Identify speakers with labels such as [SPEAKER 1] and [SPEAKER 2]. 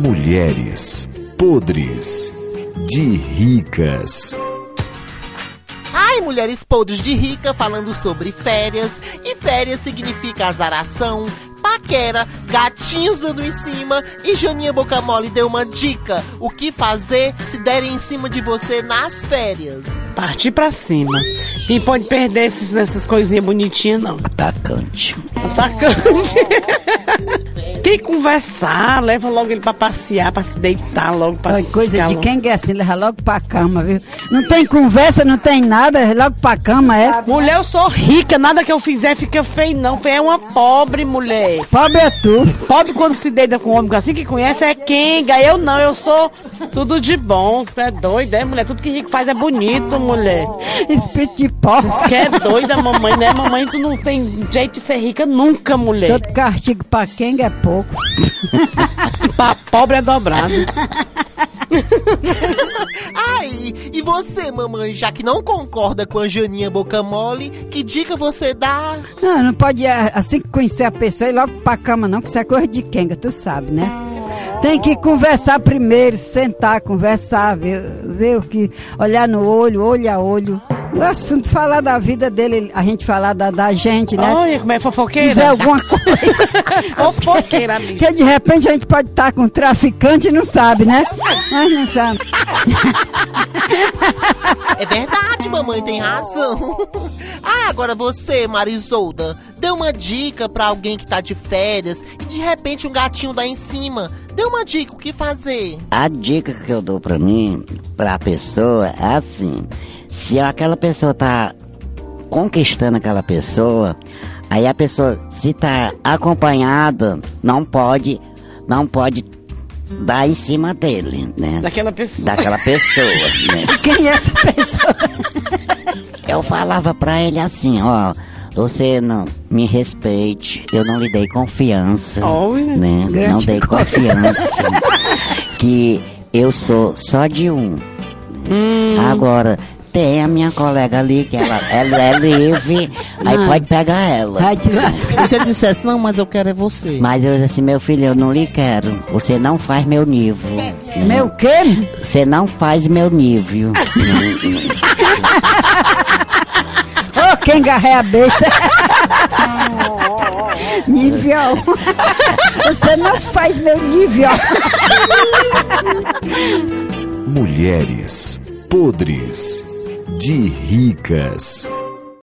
[SPEAKER 1] Mulheres podres de ricas.
[SPEAKER 2] Ai, mulheres podres de rica falando sobre férias. E férias significa azaração, paquera, gatinhos dando em cima. E Janinha Boca Mole deu uma dica: o que fazer se derem em cima de você nas férias.
[SPEAKER 3] Partir pra cima. E pode perder esses, essas coisinhas bonitinhas, não.
[SPEAKER 4] Atacante.
[SPEAKER 3] Atacante. Tem que conversar, leva logo ele pra passear, pra se deitar logo. Pra
[SPEAKER 4] Olha, coisa
[SPEAKER 3] ficar um-
[SPEAKER 4] de
[SPEAKER 3] logo.
[SPEAKER 4] quem que é assim, leva logo pra cama, viu? Não tem conversa, não tem nada, é logo pra cama, é?
[SPEAKER 3] Mulher, eu sou rica, nada que eu fizer fica feio, não. Feio é uma pobre mulher.
[SPEAKER 4] Pobre é tu.
[SPEAKER 3] Pobre quando se deita com homem assim que conhece é Kenga. Eu não, eu sou tudo de bom. Tu é doida, é, mulher? Tudo que rico faz é bonito, mulher.
[SPEAKER 4] Espírito de pó.
[SPEAKER 3] Isso que é doida, mamãe, né? Mamãe, tu não tem jeito de ser rica nunca, mulher.
[SPEAKER 4] Todo castigo pra quem é pouco.
[SPEAKER 3] Pra pobre é dobrado.
[SPEAKER 2] Ai, e você, mamãe, já que não concorda com a Janinha Boca Mole, que dica você dá?
[SPEAKER 4] Não, não pode é, assim que conhecer a pessoa ir logo pra cama, não, que isso é coisa de quenga, tu sabe, né? Tem que conversar primeiro, sentar, conversar, ver, ver o que. olhar no olho, olho a olho. O assunto falar da vida dele, a gente falar da, da gente, né?
[SPEAKER 3] Olha como é fofoqueira.
[SPEAKER 4] Dizer alguma coisa.
[SPEAKER 3] Fofoqueira, amiga.
[SPEAKER 4] Porque de repente a gente pode estar com um traficante e não sabe, né? Mas não sabe.
[SPEAKER 2] É verdade, mamãe tem razão. ah, agora você, Marisolda, dê uma dica pra alguém que tá de férias e de repente um gatinho dá em cima. Dê uma dica, o que fazer?
[SPEAKER 5] A dica que eu dou pra mim, pra pessoa, é assim: se aquela pessoa tá conquistando aquela pessoa, aí a pessoa, se tá acompanhada, não pode, não pode dar em cima dele, né?
[SPEAKER 3] Daquela pessoa.
[SPEAKER 5] Daquela pessoa, né?
[SPEAKER 4] Quem é essa pessoa?
[SPEAKER 5] Eu falava pra ele assim, ó, você não me respeite, eu não lhe dei confiança,
[SPEAKER 3] Olha,
[SPEAKER 5] né?
[SPEAKER 4] grande
[SPEAKER 5] Não dei confiança. que eu sou só de um. Agora tem a minha colega ali que ela, ela é livre, aí pode pegar ela.
[SPEAKER 4] Vai te lascar.
[SPEAKER 2] E se ele dissesse, não, mas eu quero é você.
[SPEAKER 5] Mas eu disse assim, meu filho, eu não lhe quero. Você não faz meu nível. né?
[SPEAKER 4] Meu quê?
[SPEAKER 5] Você não faz meu nível.
[SPEAKER 4] Ô, quem garré a besta? nível. um. Você não faz meu nível.
[SPEAKER 1] Mulheres podres de ricas.